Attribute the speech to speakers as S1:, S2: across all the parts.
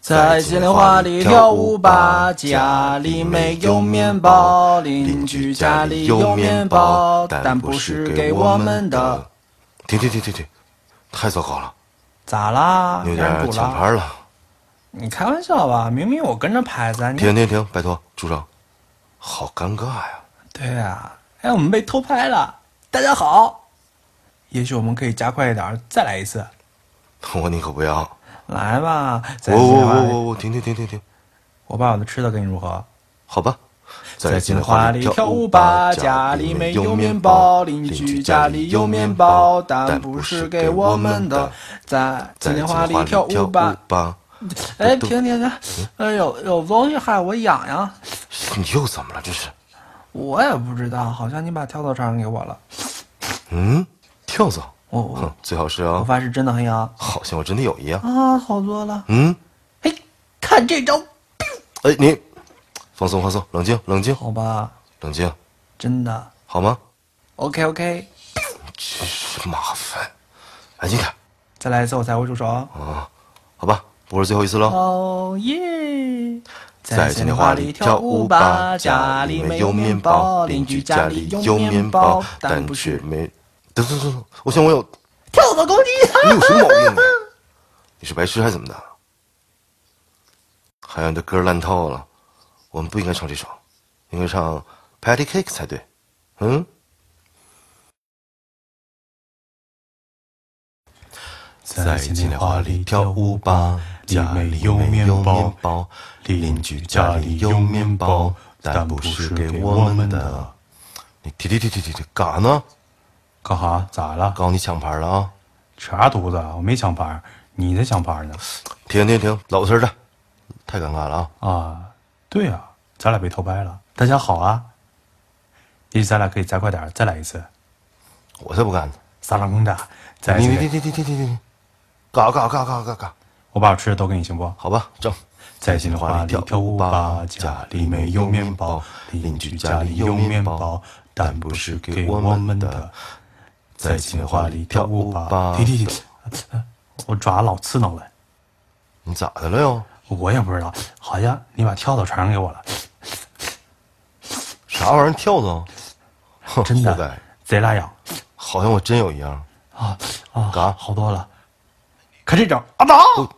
S1: 在金莲花里跳舞吧，家里没有面包，邻居家里有面包，但不是给我们的。。
S2: 停停停停停，太糟糕了，
S1: 咋啦？
S2: 有
S1: 让人
S2: 点
S1: 堵
S2: 抢
S1: 了？
S2: 拍了。
S1: 你开玩笑吧？明明我跟着拍子啊，你
S2: 停停停，拜托，组长，好尴尬呀！
S1: 对啊，哎，我们被偷拍了。大家好，也许我们可以加快一点儿，再来一次。
S2: 我宁可不要。
S1: 来吧，在
S2: 我
S1: 金莲
S2: 我
S1: 花
S2: 我
S1: 里，
S2: 我我，停停停停停，
S1: 我把我的吃的给你如何？
S2: 好吧。
S1: 在
S2: 金
S1: 金
S2: 莲
S1: 花里
S2: 里
S1: 跳舞
S2: 舞
S1: 吧，
S2: 家
S1: 家
S2: 里
S1: 里
S2: 没
S1: 没有
S2: 面
S1: 面包，邻居家里有面包，但不是给我们的。。在金
S2: 在金
S1: 莲花
S2: 莲
S1: 里
S2: 花里
S1: 跳
S2: 跳
S1: 舞
S2: 舞
S1: 吧。
S2: 吧。
S1: 哎，
S2: 都
S1: 停停停！哎，有有东西害我痒痒，
S2: 你又怎么了？这是？
S1: 我也不知道，好像你把跳蚤肠给我了。
S2: 嗯，跳蚤。
S1: 我
S2: 哼
S1: 我，
S2: 最好是
S1: 我
S2: 啊，
S1: 发誓真的很痒
S2: 好像我真的有一样。
S1: 啊，好多了。
S2: 嗯，
S1: 嘿，看这招，
S2: 哎，你放松放松，冷静冷静
S1: 好吧，
S2: 冷静，
S1: 真的。
S2: 好吗？
S1: OK OK，
S2: 真是麻烦，安静点
S1: 再来一次我才会住手啊。
S2: 啊，好吧，不是最后一次喽。
S1: 哦耶！
S2: 在
S1: 金莲
S2: 金莲
S1: 花
S2: 花
S1: 里
S2: 里
S1: 跳
S2: 跳
S1: 舞
S2: 舞
S1: 吧，
S2: 吧，
S1: 家
S2: 家
S1: 里
S2: 里
S1: 没
S2: 没
S1: 有
S2: 有
S1: 面
S2: 面
S1: 包，
S2: 包，
S1: 邻
S2: 邻
S1: 居
S2: 居
S1: 家
S2: 家
S1: 里
S2: 里
S1: 有
S2: 有
S1: 面
S2: 面
S1: 包
S2: 包，，
S1: 但
S2: 但
S1: 不
S2: 却
S1: 是
S2: 没。等等等等，我想我有，
S1: 跳蚤攻击
S2: 你有什么毛病啊？你是白痴还是怎么的？还有你的歌烂透了，我们不应该唱这首，应该唱《Patty Cake》才对。嗯，
S3: 在金莲花里跳舞吧，家里有面包，
S2: 包，
S3: 邻居家里有面包，但不是给我们的。。
S2: 你停停停停停停，干啥呢？
S3: 干哈？咋了？
S2: 告诉你抢牌了啊！
S3: 啥犊子？我没抢牌，你在抢牌呢？
S2: 停停停，老实的，太尴尬了啊！
S3: 啊，对啊，咱俩被偷拍了。大家好啊，也许咱俩可以加快点儿，再来一次。
S2: 我才不干呢！
S3: 撒浪公的，在
S2: 你
S3: 哎这
S2: 你
S3: 里
S2: 你你你你你你，嘎嘎嘎嘎嘎嘎，
S3: 我把我吃的都给你，行不？
S2: 好吧，整。
S3: 在心里花里跳舞吧，家里没有面包，邻居家里有面包，但不是给我们的。在心里花里跳舞吧，停停停！我爪老刺挠了，
S2: 你咋的了又？
S3: 我也不知道，好像你把跳蚤传染给我了，
S2: 啥玩意儿跳蚤？哼
S3: 真
S2: 活该
S3: 的，贼拉痒
S2: 好像我真有一样。
S3: 啊啊！
S2: 嘎
S3: 好多了，看这招，阿达，
S2: 哦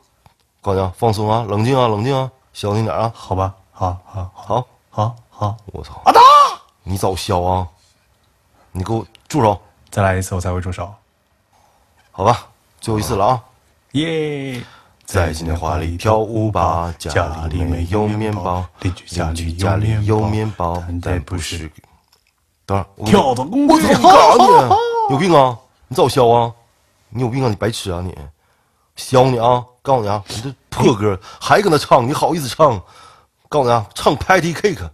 S2: 姑娘，放松啊，冷静啊，冷静啊，小心点啊。
S3: 好吧，好好好
S2: 好，
S3: 好好，
S2: 我操！阿达，你早消啊！你给我住手，
S3: 再来一次我才会住手。
S2: 好吧？最后一次了啊！
S3: 耶！
S2: 在金莲花里跳舞吧，家里没有面包，
S3: 邻居家里
S2: 家里有
S3: 有
S2: 面
S3: 面
S2: 包
S3: 包，，
S2: 但
S3: 但
S2: 不
S3: 不是
S2: 是。等会儿，我跟你
S3: 跳蚤公
S2: 我
S3: 主。
S2: 操，干啥你？有病啊！你早削啊！你有病啊！你白痴啊你！削你啊！告诉你啊，你这破歌还搁那唱，你好意思唱？告诉你啊，唱 Patty Cake，